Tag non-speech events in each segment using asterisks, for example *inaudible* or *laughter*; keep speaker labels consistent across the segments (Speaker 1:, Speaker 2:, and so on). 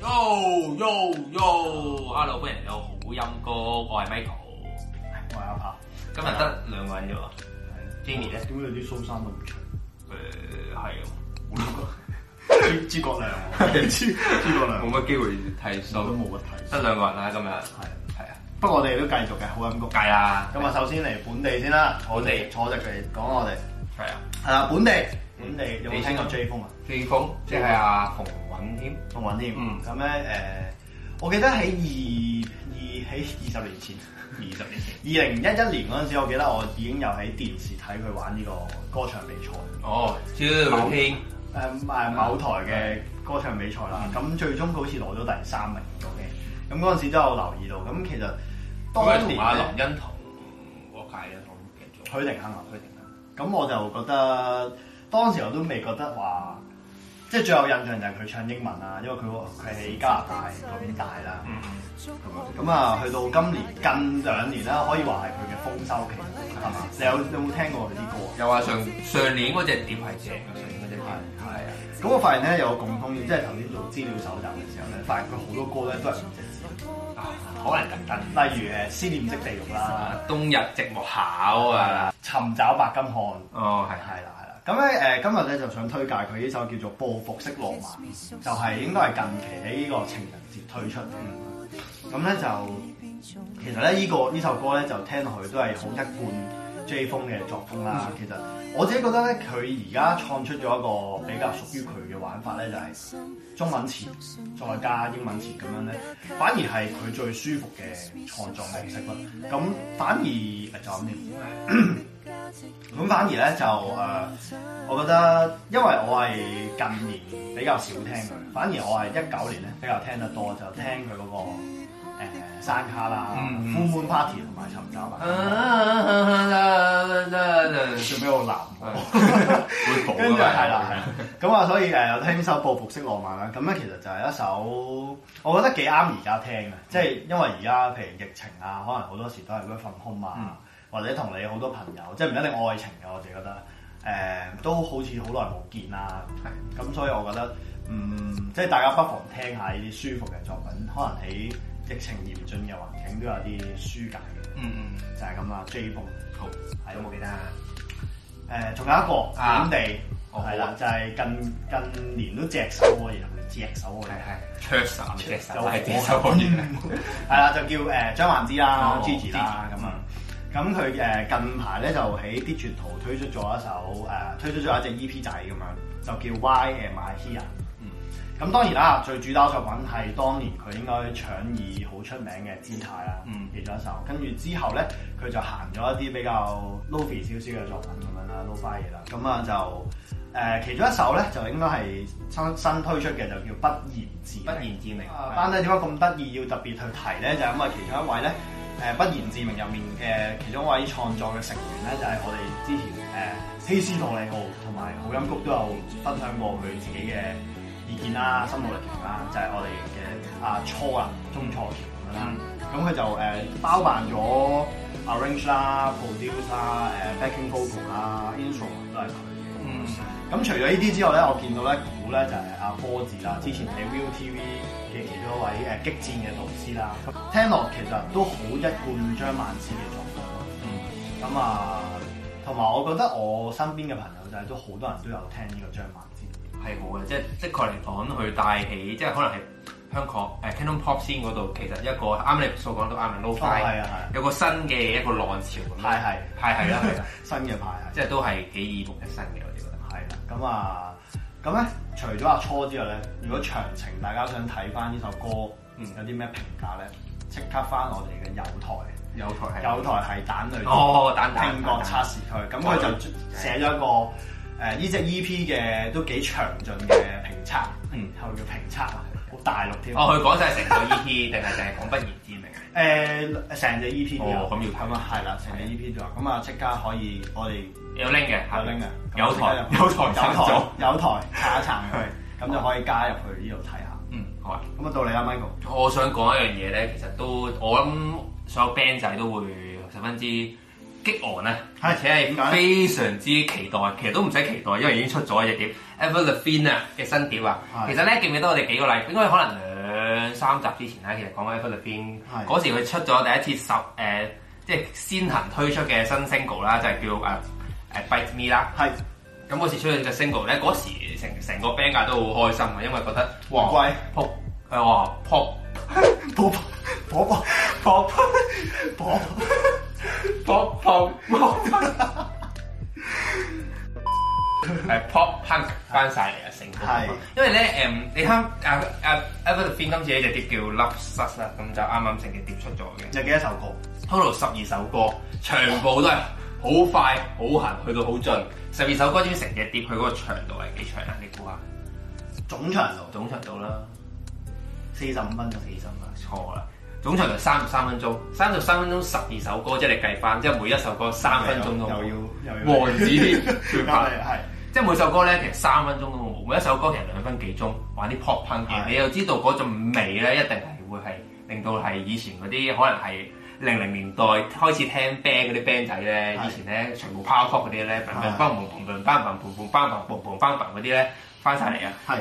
Speaker 1: Yo yo yo，hello，歡迎嚟到好音歌，我係 Michael，
Speaker 2: 我係阿柏，
Speaker 1: 今日得兩個人啫喎，Jamie 咧
Speaker 2: 點解你啲鬚生到咁長？
Speaker 1: 誒係啊 *laughs*
Speaker 2: 諸諸葛亮喎，諸諸葛亮
Speaker 1: 冇，乜機會睇
Speaker 2: 我都
Speaker 1: 數，
Speaker 2: 冇乜睇。
Speaker 1: 得兩個人啦今日，
Speaker 2: 係，
Speaker 1: 係啊，
Speaker 2: 不過我哋都繼續嘅好音谷。
Speaker 1: 梗係啦，
Speaker 2: 咁啊，首先嚟本地先啦，
Speaker 1: 本地
Speaker 2: 坐直嚟講我哋
Speaker 1: 係啊，
Speaker 2: 係啦，本地
Speaker 1: 嗯
Speaker 2: 本地有
Speaker 1: 你
Speaker 2: 冇
Speaker 1: 先
Speaker 2: 聽過
Speaker 1: 啦
Speaker 2: J 風啊？
Speaker 1: 飛風即係阿馮允添，
Speaker 2: 仲揾添
Speaker 1: 嗯，
Speaker 2: 咁咧誒，我記得喺二二喺二十年前，
Speaker 1: 二十年前，
Speaker 2: 二零一一年嗰陣時，我記得我已經有喺電視睇佢玩呢個歌唱比賽。
Speaker 1: 哦，超軒，
Speaker 2: 誒誒某台嘅歌唱比賽啦，咁、最終佢好似攞咗第三名到嘅。咁嗰陣時都有留意到，咁其實當
Speaker 1: 咁係
Speaker 2: 年
Speaker 1: 同阿
Speaker 2: 呢
Speaker 1: 林欣彤嗰屆嘅，我唔記得咗，
Speaker 2: 許廷鏗啊，許廷鏗。咁我就覺得當時我都未覺得話，即係最有印象就係佢唱英文啊，因為佢佢喺加拿大咁大啦。
Speaker 1: 嗯，
Speaker 2: 咁樣咁啊，去到今年近兩年啦，可以話係佢嘅豐收期，係嘛？你有有冇聽過佢啲歌啊？
Speaker 1: 又話上上年嗰隻碟係正嘅，上年嗰隻碟
Speaker 2: 係
Speaker 1: 係啊。
Speaker 2: 咁我發現咧有個共通點，即係頭先做資料搜集嘅時候咧，發現佢好多歌咧都係唔識字。
Speaker 1: 啊可能特登
Speaker 2: 例如誒《思念即地獄》啦，
Speaker 1: 啊，冬日寂寞考啊，
Speaker 2: 《尋找白金漢》
Speaker 1: 哦係
Speaker 2: 係啦係啦。咁咧誒，今日咧就想推介佢呢首叫做《報復式浪漫》，就係應該係近期喺呢個情人節推出嘅。咁咧就其實咧呢個呢首歌咧就聽落去都係好一貫 J 風嘅作風啦。其實我自己覺得咧，佢而家創出咗一個比較屬於佢嘅玩法咧，就係中文詞再加英文詞咁樣咧，反而係佢最舒服嘅創作模式啦。咁反而誒就咁樣。咁反而咧就誒、呃我覺得因為我係近年比較少聽佢，反而我係一九年咧比較聽得多，就聽佢嗰、個、呃、山卡啦、
Speaker 1: 嗯啊
Speaker 2: Full Moon Party 同埋尋找白金漢做咩我鬧
Speaker 1: 會
Speaker 2: 我？跟住啊係啦，係啦，咁啊，所以誒有聽呢首《報復式浪漫》啦，咁啊咧其實就係一首我覺得幾啱而家聽嘅，即係因為而家譬如疫情啊，可能好多時都係 work from home 啊，或者同你好多朋友，即係唔一定愛情啊嘅，我哋覺得誒、都好似好耐冇見啦，咁所以我覺得嗯，即係大家不妨聽下呢啲舒服嘅作品，可能喺疫情嚴峻嘅環境都有啲舒解嘅，
Speaker 1: 嗯嗯，
Speaker 2: 就係咁啦，J 風。
Speaker 1: 好，有冇記得啊？
Speaker 2: 誒，仲有一個
Speaker 1: 啊
Speaker 2: 本地
Speaker 1: 哦
Speaker 2: 係啦
Speaker 1: 好啊，
Speaker 2: 就係近近年都隻手喎，然後隻手喎
Speaker 1: 係，係 c h u r c h 啊，隻手係隻
Speaker 2: 隻 *laughs*
Speaker 1: 手可以
Speaker 2: 係啦，就叫誒張蔓姿啦
Speaker 1: 哦、
Speaker 2: Gigi 啦
Speaker 1: Gigi
Speaker 2: 咁啊。咁佢誒近排咧就喺 Digital 推出咗一首誒推出咗一隻 EP 仔咁樣，就叫 Why Am I Here？
Speaker 1: 嗯
Speaker 2: 咁當然啦，最主打作品係當年佢應該搶耳好出名嘅姿態啦，
Speaker 1: 嗯
Speaker 2: 其中一首。跟住之後咧，佢就行咗一啲比較 lofi 少少嘅作品咁樣啦，lofi 嘢啦。咁啊就誒、呃其中一首咧就應該係新新推出嘅，就叫不言自
Speaker 1: 不
Speaker 2: 明。
Speaker 1: 言自明，
Speaker 2: 啊，班底點解咁得意要特別去提咧？就係、因為其中一位咧，誒、不言自明入面嘅其中一位創作嘅成員咧，就係、我哋之前誒、希斯托利號同埋好音谷都有分享過佢自己嘅意見啦、心路歷程啦，就係、我哋嘅阿初啊，鍾楚橋咁樣啦。咁佢就誒、包辦咗 arrange 啦、produce 啦、誒 backing vocal 啦、instrument 都係佢嘅。
Speaker 1: 嗯
Speaker 2: 咁除咗呢啲之外咧，我見到咧鼓咧就係阿波子啦，之前喺 ViuTV 嘅其中一位誒激戰嘅導師啦，聽落其實都好一貫張蔓姿嘅作風咯。
Speaker 1: 嗯
Speaker 2: 咁啊，同埋我覺得我身邊嘅朋友就係都好多人都有聽呢個張蔓姿。
Speaker 1: 係好嘅，即係的確嚟講，佢帶起即係可能係香港誒 Canon Pop 先嗰度，其實一個啱你所講到啱你 low
Speaker 2: 哦，係
Speaker 1: fi，
Speaker 2: 啊，係啊，
Speaker 1: 有個新嘅一個浪潮咁
Speaker 2: 派
Speaker 1: 樣，
Speaker 2: 係啊
Speaker 1: 係係啦係啦，
Speaker 2: 新嘅派係。
Speaker 1: 即係都係幾耳目一新嘅，我哋覺得。
Speaker 2: 係啦，咁啊，咁咧除咗阿初之外咧，如果詳情大家想睇翻呢首歌，
Speaker 1: 嗯
Speaker 2: 有啲咩評價咧，即刻翻我哋嘅友台，
Speaker 1: 有台係
Speaker 2: 友台係蛋類
Speaker 1: 哦，蛋蛋
Speaker 2: 聽覺測試區，咁佢就寫咗一個誒呢只 EP 嘅都幾詳盡嘅評測，
Speaker 1: 嗯
Speaker 2: 後嘅評測啊，好大陸添。
Speaker 1: 哦，佢講晒成個 EP，定係淨係講不言之明？
Speaker 2: 誒成隻 EP 都有，
Speaker 1: 哦咁要睇
Speaker 2: 咁啊係啦，成隻 EP 都有，咁啊即刻可以我哋。
Speaker 1: 有 link 嘅，
Speaker 2: 有 link 嘅，
Speaker 1: 有台有台
Speaker 2: 有
Speaker 1: 有
Speaker 2: 台
Speaker 1: 台，
Speaker 2: 有台撐一撐佢，咁就可以加入去呢度睇下。
Speaker 1: 嗯，好啊。
Speaker 2: 咁啊到你啦，Michael。
Speaker 1: 我想講一樣嘢咧，其實都我諗所有 band 仔都會十分之激昂咧，
Speaker 2: 係
Speaker 1: 而且
Speaker 2: 點解
Speaker 1: 係
Speaker 2: 呢
Speaker 1: 非常之期待。其實都唔使期待，因為已經出咗一隻碟 e v e r l e f i n 啊嘅新碟啊。
Speaker 2: 係
Speaker 1: 其實咧記唔記得我哋幾個禮，應該可能兩上三集之前咧，其實講緊菲律賓
Speaker 2: 係
Speaker 1: 嗰時佢出咗第一次十誒、呃即係先行推出嘅新 single 啦，就係叫誒誒、呃 Bite Me 啦。
Speaker 2: 係
Speaker 1: 咁嗰時出咗隻 single 咧，嗰時成成個 band 界都好開心啊，因為覺得哇
Speaker 2: 貴
Speaker 1: pop 誒哇 pop
Speaker 2: 婆婆婆婆婆婆婆
Speaker 1: pop pop pop
Speaker 2: *laughs*
Speaker 1: 誒 pop punk 翻晒嚟啊，成個
Speaker 2: 係
Speaker 1: 因為咧誒、你睇啊啊 Ever the Fin 今次呢隻碟叫 Love Sus 啦，咁就啱啱成隻碟出咗嘅。
Speaker 2: 有幾多首歌？
Speaker 1: total 十二首歌，全部都係好快、好行，去到好盡。十二首歌，知唔知成隻碟佢嗰個長度係幾長啊？你估下？
Speaker 2: 總長度
Speaker 1: 總長度啦，
Speaker 2: 四十五分鐘
Speaker 1: 四。十啊，錯啦。總長度三十三分鐘，三十三分鐘十二首歌，即係你計翻，即係每一首歌三分鐘都冇。
Speaker 2: 又要又要
Speaker 1: 王子全拍，
Speaker 2: 係
Speaker 1: 即係每首歌咧其實三分鐘都冇，每一首歌其實兩分幾鐘，玩啲 pop punk
Speaker 2: 係
Speaker 1: 嘅，你又知道嗰陣味咧一定係會係令到係以前嗰啲可能係零零年代開始聽 band 嗰啲 band 仔咧，
Speaker 2: 係
Speaker 1: 以前咧全部 power pop 嗰啲咧，砰砰
Speaker 2: 係
Speaker 1: 砰砰砰砰砰砰砰砰砰砰砰砰嗰啲咧翻晒嚟啊！
Speaker 2: 係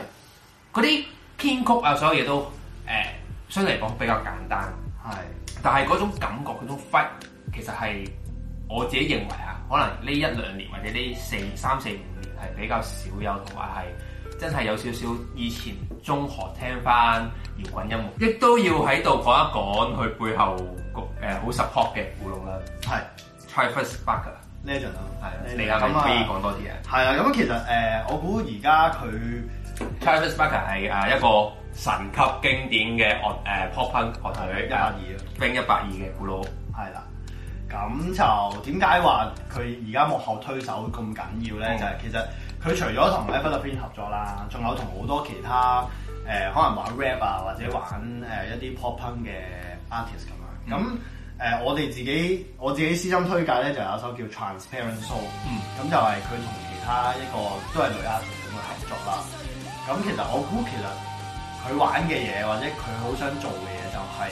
Speaker 1: 嗰啲編曲啊，所有嘢都誒、呃相對嚟講比較簡單，
Speaker 2: 係
Speaker 1: 但係嗰種感覺嗰種 feel 其實係我自己認為啊，可能呢一兩年或者呢四三四五年係比較少有，同埋係真係有少少以前中學聽翻搖滾音樂，亦都要喺度講一講佢背後個誒好 support 嘅鼓佬啦
Speaker 2: 係
Speaker 1: ，Travis Barker
Speaker 2: 呢一陣啦，
Speaker 1: 係啊，
Speaker 2: Legend
Speaker 1: 你係咪
Speaker 2: 咁啊
Speaker 1: 可以講多啲啊
Speaker 2: 係啊，咁其實誒、呃我估而家佢
Speaker 1: ？Travis Barker 係呃誒一個神級經典嘅樂誒 pop punk 樂隊
Speaker 2: 一百二啦，
Speaker 1: ，Blink 一百二嘅鼓佬。
Speaker 2: 係啦。咁就點解話佢而家幕後推手咁緊要咧？
Speaker 1: 嗯
Speaker 2: 就係其實佢除咗同 e v e r p i n 合作啦，仲有同好多其他誒、呃可能玩 rap 啊，或者玩誒、呃一啲 pop punk 嘅 artist 咁
Speaker 1: 嗯
Speaker 2: 樣。咁誒、呃我哋自己我自己私心推介咧，就有一首叫 Transparent Soul。
Speaker 1: 嗯
Speaker 2: 咁就係佢同其他一個都係女 artist 咁嘅合作啦。咁其實我估其實佢玩嘅嘢或者佢好想做嘅嘢就係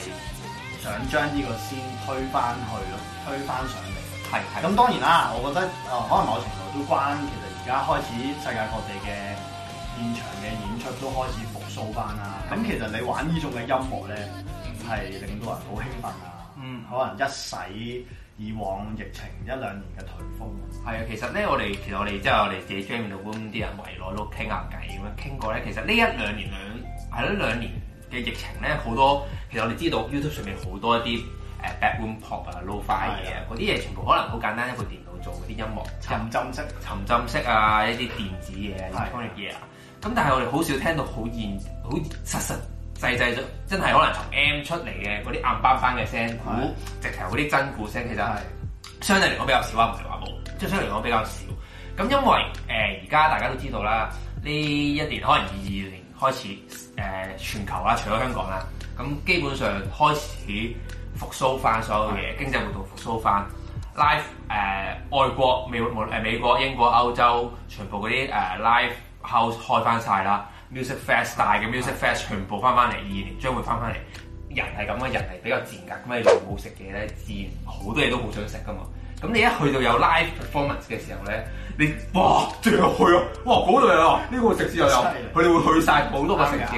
Speaker 2: 想將呢個先推翻去咯，推翻上嚟。
Speaker 1: 係係
Speaker 2: 咁當然啦，我覺得誒、呃可能某程度都關其實而家開始世界各地嘅現場嘅演出都開始復甦翻啦。咁其實你玩呢種嘅音樂咧，係令到人好興奮啊！
Speaker 1: 嗯
Speaker 2: 可能一洗以往疫情一兩年嘅頹風。
Speaker 1: 係啊，其實咧，我哋其實我哋即係我哋自己 jam 到 room 啲人圍內都傾下偈咁樣傾過咧。其實呢一兩年兩係咯兩年嘅疫情咧，好多其實我哋知道 YouTube 上面好多一啲誒 backroom pop 啊、lo-fi 嘢啊，嗰啲嘢全部可能好簡單一個電腦做嗰啲音樂
Speaker 2: 沉浸式
Speaker 1: 沉浸式啊，一啲電子嘢啊、electronic 嘢啊。咁但係我哋好少聽到好現好實實際際真係可能從 M 出嚟嘅嗰啲硬邦邦嘅聲鼓
Speaker 2: 係，
Speaker 1: 直頭嗰啲真鼓聲，其實
Speaker 2: 係
Speaker 1: 相對嚟講比較少啊，唔係話冇，即係相對嚟講比較少。咁因為誒而家大家都知道啦，呢一年可能二二年開始誒、呃全球啦，除咗香港啦，咁基本上開始復甦翻所有嘢，經濟活動復甦翻。live 誒、呃外國美無論誒美國、英國、歐洲，全部嗰啲誒 live house 開翻晒啦，music fest 大嘅 music fest 全部翻翻嚟，二二年將會翻翻嚟。人係咁嘅，啊人係比較賤格，咁你又冇食嘢咧，自然好多嘢都好想食噶嘛。咁你一去到有 live performance 嘅時候咧，你哇，仲有去啊，哇，嗰度有啊，呢、個食肆又有，佢哋會去晒好多個食肆。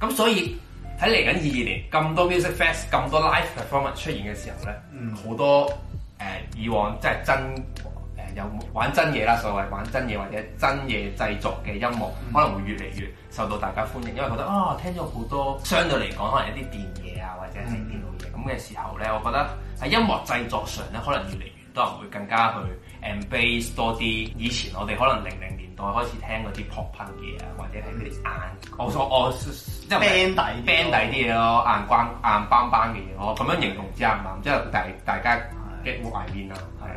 Speaker 1: 咁所以喺嚟緊二二年咁多 music fest、咁多 live performance 出現嘅時候咧，
Speaker 2: 嗯
Speaker 1: 好、多誒、呃以往即係真誒、呃有玩真嘢啦，所謂玩真嘢或者真嘢製作嘅音樂，可能會越嚟越受到大家歡迎，因為覺得啊聽咗好多相對嚟講可能一啲電嘢啊或者係電腦嘢咁嘅時候咧，我覺得喺音樂製作上咧，可能越嚟越多人會更加去 embase 多啲以前我哋可能零零年代開始聽嗰啲 pop punk 嘢啊，或者係嗰啲硬我所我即係唔係
Speaker 2: band 底
Speaker 1: band 底啲嘢咯，硬關硬邦邦嘅嘢咯，咁樣形容之下唔啱，即係大大家 get what I mean 啦。係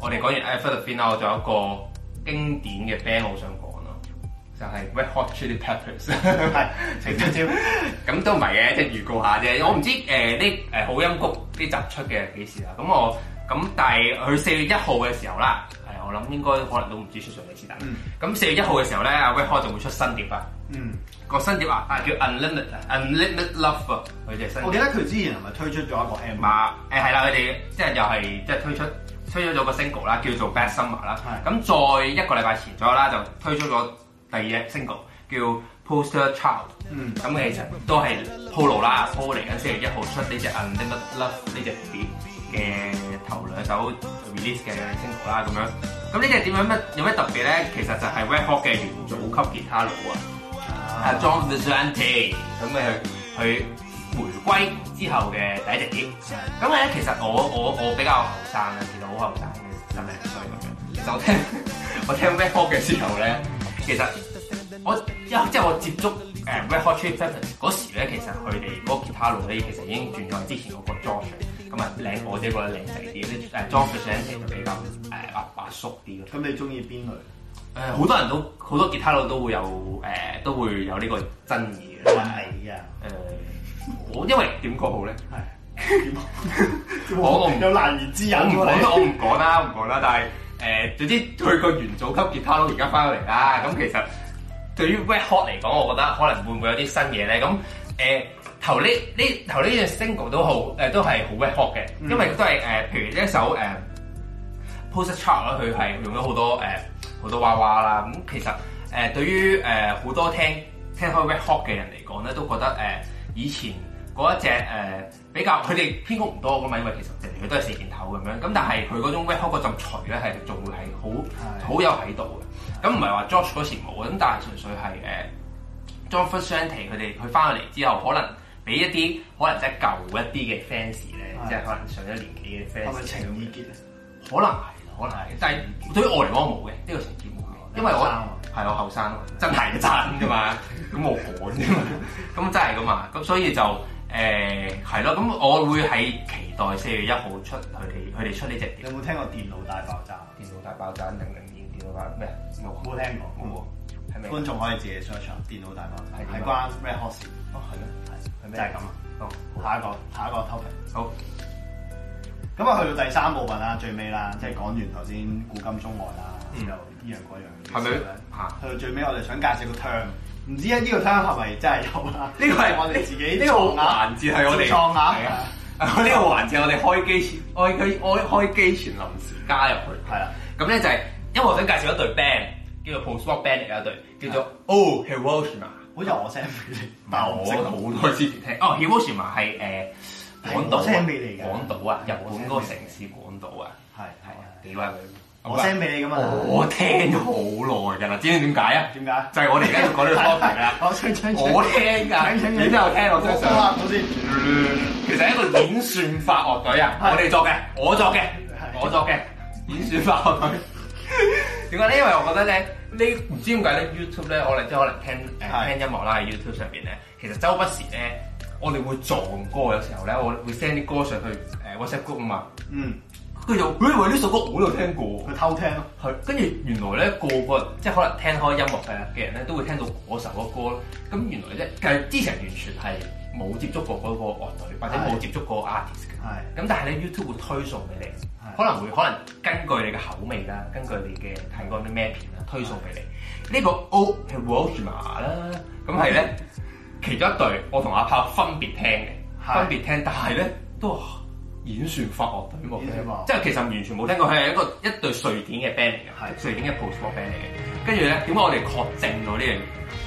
Speaker 1: 我哋講完 F 律賓啦，我仲有一個經典嘅 band 我想講咯，就係 Red Hot Chili Peppers。 *laughs*
Speaker 2: 係情招招
Speaker 1: 咁都唔係嘅，即係預告下啫。我唔知誒呢誒好音谷呢集出嘅幾時啦。咁我咁但係佢四月一號嘅時候啦，係我諗應該可能都唔知出上嚟是但。
Speaker 2: 嗯
Speaker 1: 咁四、月一號嘅時候咧，阿 Red Hot 就會出新碟啊。 *laughs*
Speaker 2: 嗯，
Speaker 1: 個新碟啊，啊叫 Unlimited 啊 Unlimited Love 啊，佢哋新
Speaker 2: 我
Speaker 1: 碟
Speaker 2: 記得佢之前係咪推出咗一個 M
Speaker 1: 馬誒係啦，佢哋即係又係即係推出推出咗個 single 啦，叫做 Bad Summer 啦。咁再一個禮拜前左右啦，就推出咗第二隻 single 叫 Poster Child，
Speaker 2: 嗯
Speaker 1: 咁其實都係 Polo 啦，Polo 嚟緊四月一號出呢只 Unlimited Love 呢只碟嘅頭兩首 release 嘅 single 啦，咁樣。咁呢只點樣乜有咩特別咧？其實就係 Red Hot 嘅元祖級吉他佬啊！啊 John Frusciante 咁佢去回歸之後嘅第一隻碟。
Speaker 2: 啊
Speaker 1: 咁咧其實我我我比較後生啦，其實好後生嘅十零歲咁樣。其實我聽 *laughs* 我聽 Red Hot 嘅時候咧，其實我一即係我接觸誒 Red Hot Chili Peppers 嗰時咧，其實佢哋嗰個吉他佬咧，其實已經轉咗去之前嗰個 Josh。咁啊靚，我自己覺得靚仔啲，啲誒 John Frusciante 就比較誒阿阿叔啲咯。
Speaker 2: 咁你中意邊類？
Speaker 1: 誒好多人都好多吉他佬都會有誒、都會有呢個爭議嘅。誒、
Speaker 2: 係 *laughs* 啊，
Speaker 1: 我因為點講好咧？
Speaker 2: 係。
Speaker 1: 我我唔
Speaker 2: 有難言之隱
Speaker 1: 我唔
Speaker 2: 喎
Speaker 1: 講啦，我唔
Speaker 2: 你
Speaker 1: 講啦，唔講啦。但係誒、總之佢個元祖級吉他佬而家翻咗嚟啦。咁其實對於 Red Hot 嚟講，我覺得可能會唔會有啲新嘢咧？咁誒、頭呢呢頭呢隻 single 都好誒、都係好 Red Hot 嘅，因為都係誒、譬如一首誒。Poster Chart 啦，佢係用咗好多誒好、多娃娃啦。咁其實誒、對於誒好、多聽聽開 Red Hot 嘅人嚟講咧，都覺得誒、以前嗰一隻誒、比較佢哋編曲唔多噶嘛，因為其實成佢都係四件頭咁樣。咁但係佢嗰種 Red Hot 嗰陣除咧係仲會係好好有喺度嘅。咁唔係話 Josh 嗰時冇，咁但係純粹係誒。John f r u s h a n t y 佢哋佢翻嚟之後，可能俾一啲可能真係舊一啲嘅 fans 咧，
Speaker 2: 係
Speaker 1: 即係可能上咗年紀嘅 fans，
Speaker 2: 係咪情意結啊？
Speaker 1: 可能係，可能係，但係對於我嚟講冇嘅，呢、個情節冇嘅，因為我係我後生啊嘛，真係真㗎嘛，咁我講啫嘛，咁真係㗎嘛，咁所以就誒係咯，咁、我會係期待四月一號出佢哋佢哋出呢只碟
Speaker 2: 你有冇聽過電腦大爆炸？
Speaker 1: 《電腦大爆炸》零零年電腦大咩冇
Speaker 2: 冇聽過。
Speaker 1: 冇喎，係咪？
Speaker 2: 觀眾可以自己 search 下電腦大爆炸，
Speaker 1: 係
Speaker 2: 係
Speaker 1: 點
Speaker 2: 關 Red Hot 事
Speaker 1: 哦係咩？係
Speaker 2: 係
Speaker 1: 咩
Speaker 2: 就係咁啊。
Speaker 1: 哦
Speaker 2: 下一個，下一個 topic。
Speaker 1: 好
Speaker 2: 咁啊，去到第三部分啦，最尾啦，即係講完頭先古今中外啦，
Speaker 1: 嗯
Speaker 2: 又呢樣嗰樣嘅時候
Speaker 1: 係咪
Speaker 2: 咧。
Speaker 1: 嚇？
Speaker 2: 去到最尾，我哋想介紹個 term，唔知啊呢個 term 係咪真係有啊啦？
Speaker 1: 呢個係
Speaker 2: 我哋自 *laughs* 己
Speaker 1: 呢個
Speaker 2: 創啊
Speaker 1: 環節係我哋
Speaker 2: 創啊
Speaker 1: 係啊！呢個環節我哋開機前開機開開機前臨時加入去。
Speaker 2: 係啊，
Speaker 1: 咁咧就係因為我想介紹一隊 band，叫做 Post Rock Band 嚟嘅一隊，叫做 Oh Hiroshima。
Speaker 2: 好似我 send 俾你，
Speaker 1: 但
Speaker 2: 但係
Speaker 1: 我
Speaker 2: 我唔識讀。
Speaker 1: 好耐之前聽。哦，Hiroshima 係誒廣島
Speaker 2: 我
Speaker 1: 啊
Speaker 2: send 俾你㗎
Speaker 1: 廣島啊，日
Speaker 2: 我
Speaker 1: 本
Speaker 2: send
Speaker 1: 嗰個城市廣島啊，
Speaker 2: 係
Speaker 1: 係啊，
Speaker 2: 係
Speaker 1: 屌啊佢！
Speaker 2: 係，我 send 俾你噶嘛？
Speaker 1: 我聽咗好耐㗎啦，知唔知點解啊？
Speaker 2: 點解？
Speaker 1: 就係我哋而家要講 *laughs* 呢個 topic 啦。
Speaker 2: 我想想
Speaker 1: 我聽㗎，你都有聽我張相。
Speaker 2: 我先。
Speaker 1: 嗯其實係一個演算法樂隊啊，
Speaker 2: 係
Speaker 1: 我哋作嘅，我作嘅
Speaker 2: 係，
Speaker 1: 我作嘅演算法樂隊。 *laughs* 點解咧？因為我覺得咧，呢唔知點解咧，YouTube 咧，我哋即係可能聽誒
Speaker 2: 係
Speaker 1: 聽音樂啦，喺 YouTube 上邊咧，其實周不時咧，我哋會撞歌，有時候咧，我會 send 啲歌上去誒 WhatsApp group 啊嘛，
Speaker 2: 嗯，
Speaker 1: 跟住就，咦喂，呢首歌我都有聽過喎。
Speaker 2: 佢偷聽咯。
Speaker 1: 係，跟住原來咧個個即係可能聽開音樂嘅嘅人咧，都會聽到嗰首嘅歌咯。咁原來咧，其實之前完全係冇接觸過嗰個樂隊，或者冇接觸過 artist 嘅。
Speaker 2: 係
Speaker 1: 咁但係咧 YouTube 會推送俾你，
Speaker 2: 係
Speaker 1: 可能會可能根據你嘅口味啦，根據你嘅睇過啲咩片啦，推送俾你。呢個 O h i r o s h i m a 啦，咁係咧其中一隊，我同阿炮分別聽嘅，
Speaker 2: 係
Speaker 1: 分別聽，但係咧都係演算法樂隊喎
Speaker 2: 演算法
Speaker 1: 即係其實完全冇聽過，佢係一個一隊瑞典嘅 band 嚟嘅，
Speaker 2: 係
Speaker 1: 瑞典嘅 post rock band 嚟嘅。跟住咧，點解我哋確證到呢樣嘢？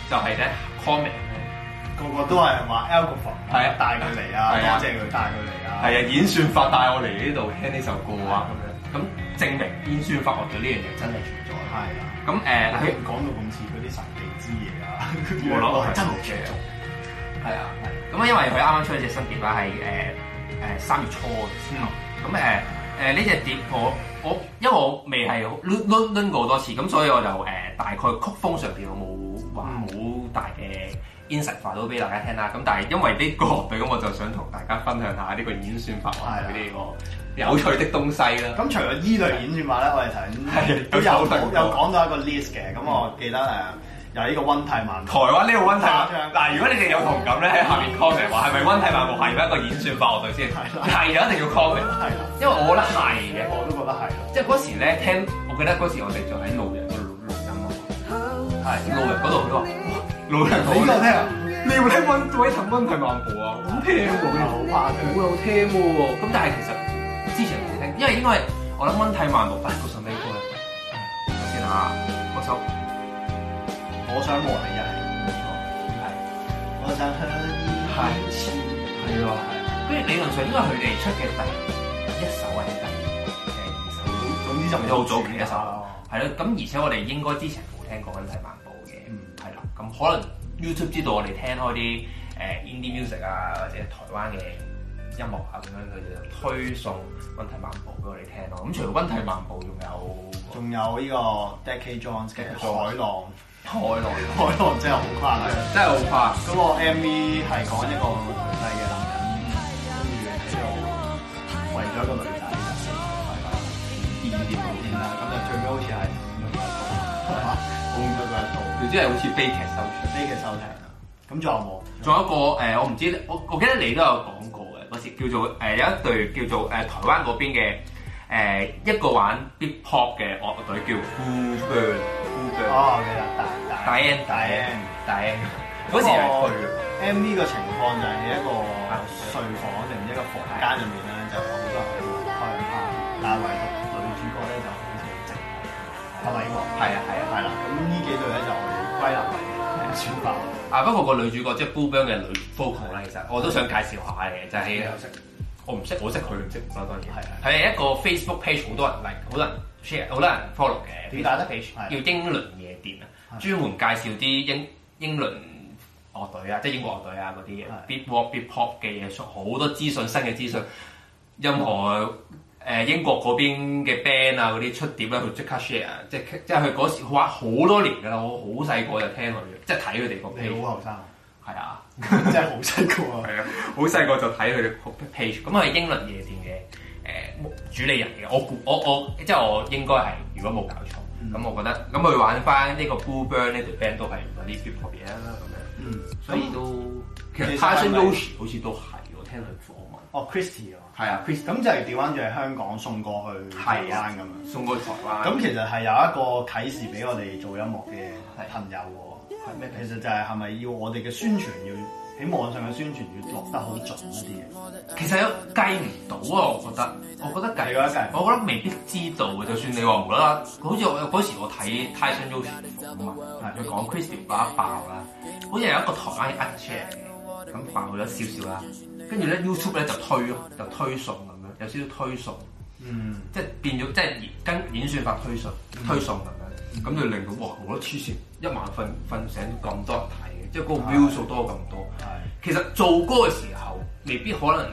Speaker 1: 就係咧 comment
Speaker 2: 個個都係話 algorithm
Speaker 1: 係啊
Speaker 2: 帶佢嚟啊，
Speaker 1: 係啊
Speaker 2: 多謝佢帶佢嚟啊。
Speaker 1: 係啊，演算法帶我嚟呢度聽呢首歌啊咁樣，咁證明演算法樂隊呢樣嘢真係存在。
Speaker 2: 係啊。
Speaker 1: 咁誒，
Speaker 2: 但係
Speaker 1: 佢
Speaker 2: 佢講到咁似嗰啲神秘之嘢啊，
Speaker 1: 我諗
Speaker 2: 係
Speaker 1: 係
Speaker 2: 真
Speaker 1: 冇
Speaker 2: 冇
Speaker 1: 嘅，係啊，係。咁啊，因為佢啱啱出咗隻新碟啦，係誒誒三月初嘅時候。咁誒誒呢只碟我我因為我未係好攆攆攆過好多次，咁所以我就誒、大概曲風上邊我冇話好大嘅 insight 話到俾大家聽啦。咁但係因為呢個樂隊，咁我就想同大家分享下呢個演算法樂隊呢個有趣的東西啦。
Speaker 2: 咁除咗依類演算法咧，我哋頭
Speaker 1: 係
Speaker 2: 先都有
Speaker 1: 有手提
Speaker 2: 講有講到一個 list 嘅，咁我記得誒有呢個温蒂漫
Speaker 1: 台灣呢個温蒂
Speaker 2: 誇張
Speaker 1: 嗱，如果你哋有同感咧，喺下面 comment 話係咪温蒂漫步係咪一個演算法樂隊先？
Speaker 2: 係啦
Speaker 1: 係就一定要 comment。
Speaker 2: 係啦，
Speaker 1: 因為我覺得係嘅，
Speaker 2: 我都覺得係咯，
Speaker 1: 即係嗰時咧聽，我記得嗰時我哋就喺路人嗰度錄音啊，
Speaker 2: 係。
Speaker 1: 路人嗰度佢話，哇路人
Speaker 2: 你呢個聽啊，
Speaker 1: 你有冇聽温威騰温提漫步啊？好聽喎，
Speaker 2: 好誇張
Speaker 1: 好有聽喎。咁但係其實之前冇聽，因為應該係我諗温提漫步係嗰首咩歌咧？先啊，嗰首
Speaker 2: 我想和你一起，冇錯，我想向你
Speaker 1: 係
Speaker 2: 痴
Speaker 1: 係喎，係。跟住理論上應該係佢哋出嘅第一首或者第第二首，
Speaker 2: 總之就
Speaker 1: 好早期一首啦。啊係咯，咁而且我哋應該之前冇聽過嗰啲睇漫步嘅，
Speaker 2: 嗯
Speaker 1: 係啦。咁可能 YouTube 知道我哋聽開啲誒 indie music 啊，或者台灣嘅音樂啊咁樣，佢哋就推送温體漫步俾我哋聽咯。咁除咗温體漫步，仲有
Speaker 2: 仲有呢個 Decade Jones
Speaker 1: Decade
Speaker 2: 嘅《海浪》，
Speaker 1: 海浪，
Speaker 2: 海浪真係好誇張。
Speaker 1: 真係好
Speaker 2: 嗰個 MV 係講一個女仔嘅男人，跟住喺度為咗一個女仔就死咗快快二點到天啦，咁就最尾好似係捅咗佢一刀，係嘛？捅咗佢一刀，
Speaker 1: 誇，總之係好似悲劇收場。
Speaker 2: 呢嘅收聽啦。咁仲有冇？
Speaker 1: 仲有一個誒、呃我唔知我我記得你都有講過嘅嗰時，叫做誒、呃有一隊叫做誒、呃台灣嗰邊嘅誒、呃一個玩 Big Pop 嘅樂隊叫 Cool Bird Cool Bird
Speaker 2: 哦，記得大大
Speaker 1: 大 N
Speaker 2: 大 N。
Speaker 1: 大 N 嗰時係啊佢嘅
Speaker 2: MV 個情況就係喺一個睡房定一個房間入面咧，就好多人喺度開趴，但係唯獨女主角咧就好似好靜，係咪呢個？
Speaker 1: 係啊係啊
Speaker 2: 係啦，咁呢幾隊咧就我哋歸納為選拔。
Speaker 1: 啊不過個女主角即係 Cool Bird 嘅女 vocal 啦，其實我都想介紹下嘅，就係、
Speaker 2: 識
Speaker 1: 我唔識，我識佢唔識我啦，當然
Speaker 2: 係係
Speaker 1: 係一個 Facebook page 好多人 like，好多人 share，好多人 follow 嘅。
Speaker 2: 點解呢
Speaker 1: Facebook page
Speaker 2: 係
Speaker 1: 叫英倫夜店啊，
Speaker 2: 係
Speaker 1: 專門介紹啲英英倫樂隊啊，即係英國樂隊啊嗰啲嘢
Speaker 2: 係
Speaker 1: ，beat rock、beat pop 嘅嘢，好多資訊新嘅資訊。任何誒、呃英國嗰邊嘅 band 啊嗰啲出碟咧，佢即刻 share，即係即係佢嗰時哇好多年㗎啦，我好細個就聽佢嘅，即係睇佢哋個
Speaker 2: 你
Speaker 1: page
Speaker 2: 好後生，
Speaker 1: 係啊。
Speaker 2: *laughs* 真係好細個啊！
Speaker 1: 係啊，好細個就睇佢哋 page，咁啊係英倫夜店嘅誒主理人嚟嘅，我估我我即係我應該係，如果冇搞錯，
Speaker 2: 嗯
Speaker 1: 咁我覺得咁佢玩翻呢個 Blue Bird 呢隊 band 都係嗰啲 hip hop 嘢啦咁
Speaker 2: 嗯，
Speaker 1: 樣，所以都其實
Speaker 2: 其實係
Speaker 1: Tyson
Speaker 2: 咪
Speaker 1: Yoshi 好似都係我聽佢訪問，
Speaker 2: 哦 Christy 啊嘛，
Speaker 1: 係啊
Speaker 2: 咁就係調翻轉係香港送過去台
Speaker 1: 係啊
Speaker 2: 灣咁樣。
Speaker 1: 送過去台灣，
Speaker 2: 咁其實係有一個啟示俾我哋做音樂嘅朋友喎，係咩？其實就係係咪要我哋嘅宣傳要喺網上嘅宣傳要落得好準一啲嘅？
Speaker 1: 其實有計唔到啊，我覺得，我覺得計
Speaker 2: 你覺得計唔到
Speaker 1: 我覺得未必知道嘅。就算你話無啦啦，好似我嗰時我睇 Tyson Yoshi 嘅訪問，
Speaker 2: 係
Speaker 1: 佢講 Crystal 把爆啦，好似有一個台灣嘅 art share 嘅，咁爆咗少少啦，跟住咧 YouTube 咧就推咯，就推送咁樣，有少少推送，
Speaker 2: 嗯，
Speaker 1: 即係變咗即係演跟演算法推送推送咁樣，咁就令到哇我都黐線，一晚瞓瞓醒都咁多人睇嘅，即係嗰個 view 數多咁多。
Speaker 2: 係
Speaker 1: 其實做歌嘅時候，未必可能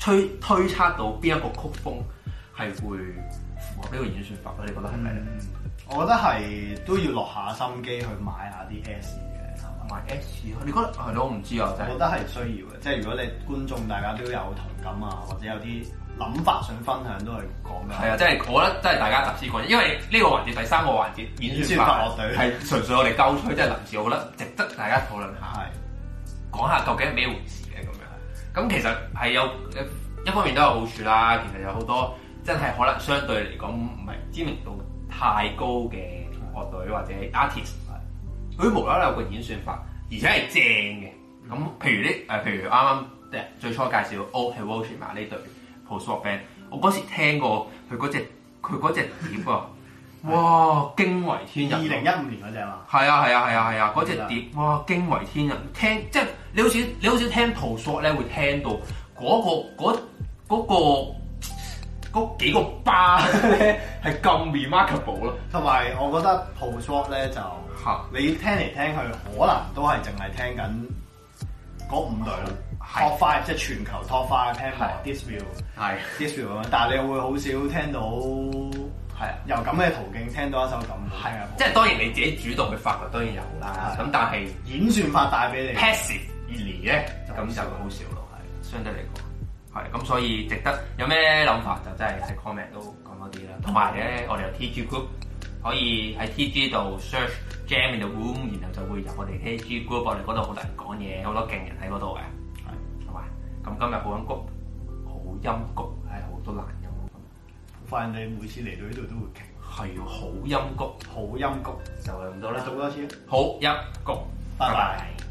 Speaker 1: 推推推測到邊一個曲風係會符合呢個演算法咯？你覺得係咪咧？
Speaker 2: 我覺得係都要落下心機去買下啲 S 嘅，係
Speaker 1: 同
Speaker 2: 嘛
Speaker 1: 埋 S，你覺得係咯？我唔知啊，真
Speaker 2: 我覺
Speaker 1: 係。
Speaker 2: 得係需要嘅，即係如果你觀眾大家都有同感啊，或者有啲諗法想分享，都係講
Speaker 1: 係
Speaker 2: 緊。
Speaker 1: 啊，真係我覺得真係大家集思廣益，因為呢個環節第三個環節演算法
Speaker 2: 演算法樂隊
Speaker 1: 係純粹我哋鳩吹，即係臨時我覺得值得大家討論下。
Speaker 2: 係
Speaker 1: 講下究竟係咩回事嘅咁樣。咁其實係有一方面都有好處啦，其實有好多真係可能相對嚟講唔係知名度太高嘅樂隊或者 artist，佢無啦啦有個演算法，而且係正嘅。咁譬如呢誒，譬如啱啱呃誒最初介紹 O h i w o s h i m a 呢隊 post rock band，我嗰時聽過佢嗰隻佢嗰隻碟啊，哇驚為天人！啊
Speaker 2: 二零一五年嗰只嘛，
Speaker 1: 係啊係啊係啊係啊！嗰只碟哇驚為天人，聽即係你好少你好少聽 p 索咧會聽到嗰、個嗰嗰、個嗰幾個巴 *laughs* 咧係咁 remarkable 咯
Speaker 2: 同埋我覺得 post rock 咧就。
Speaker 1: 嚇，
Speaker 2: 你聽嚟聽去，可能都係淨係聽緊嗰五隊咯
Speaker 1: 係
Speaker 2: ，top five 即係全球 top five 聽
Speaker 1: 係
Speaker 2: This Will
Speaker 1: 係
Speaker 2: This Will 咁樣，但係你會好少聽到
Speaker 1: 係啊。
Speaker 2: 由咁嘅途徑聽到一首咁好聽嘅歌
Speaker 1: 即係當然你自己主動嘅發掘當然有啦，
Speaker 2: 係
Speaker 1: 咁但係
Speaker 2: 演算法帶俾你。
Speaker 1: passive 而嚟咧咁就好少咯，係相對嚟講係咁，所以值得有咩諗法就真係喺 comment 都講多啲啦。同埋咧，我哋有 TG group 可以喺 TG 度 search jam in the room，然後就會有我哋 TG group，我哋嗰度好多人講嘢，好多勁人喺嗰度嘅，係嘛？咁今日好音谷，好音谷係好多難音
Speaker 2: 發現你每次嚟到呢度都會傾
Speaker 1: 谷，係啊好音谷
Speaker 2: 好音谷，
Speaker 1: 就係咁多啦
Speaker 2: 你。讀多次啊。
Speaker 1: 好音谷，
Speaker 2: 拜拜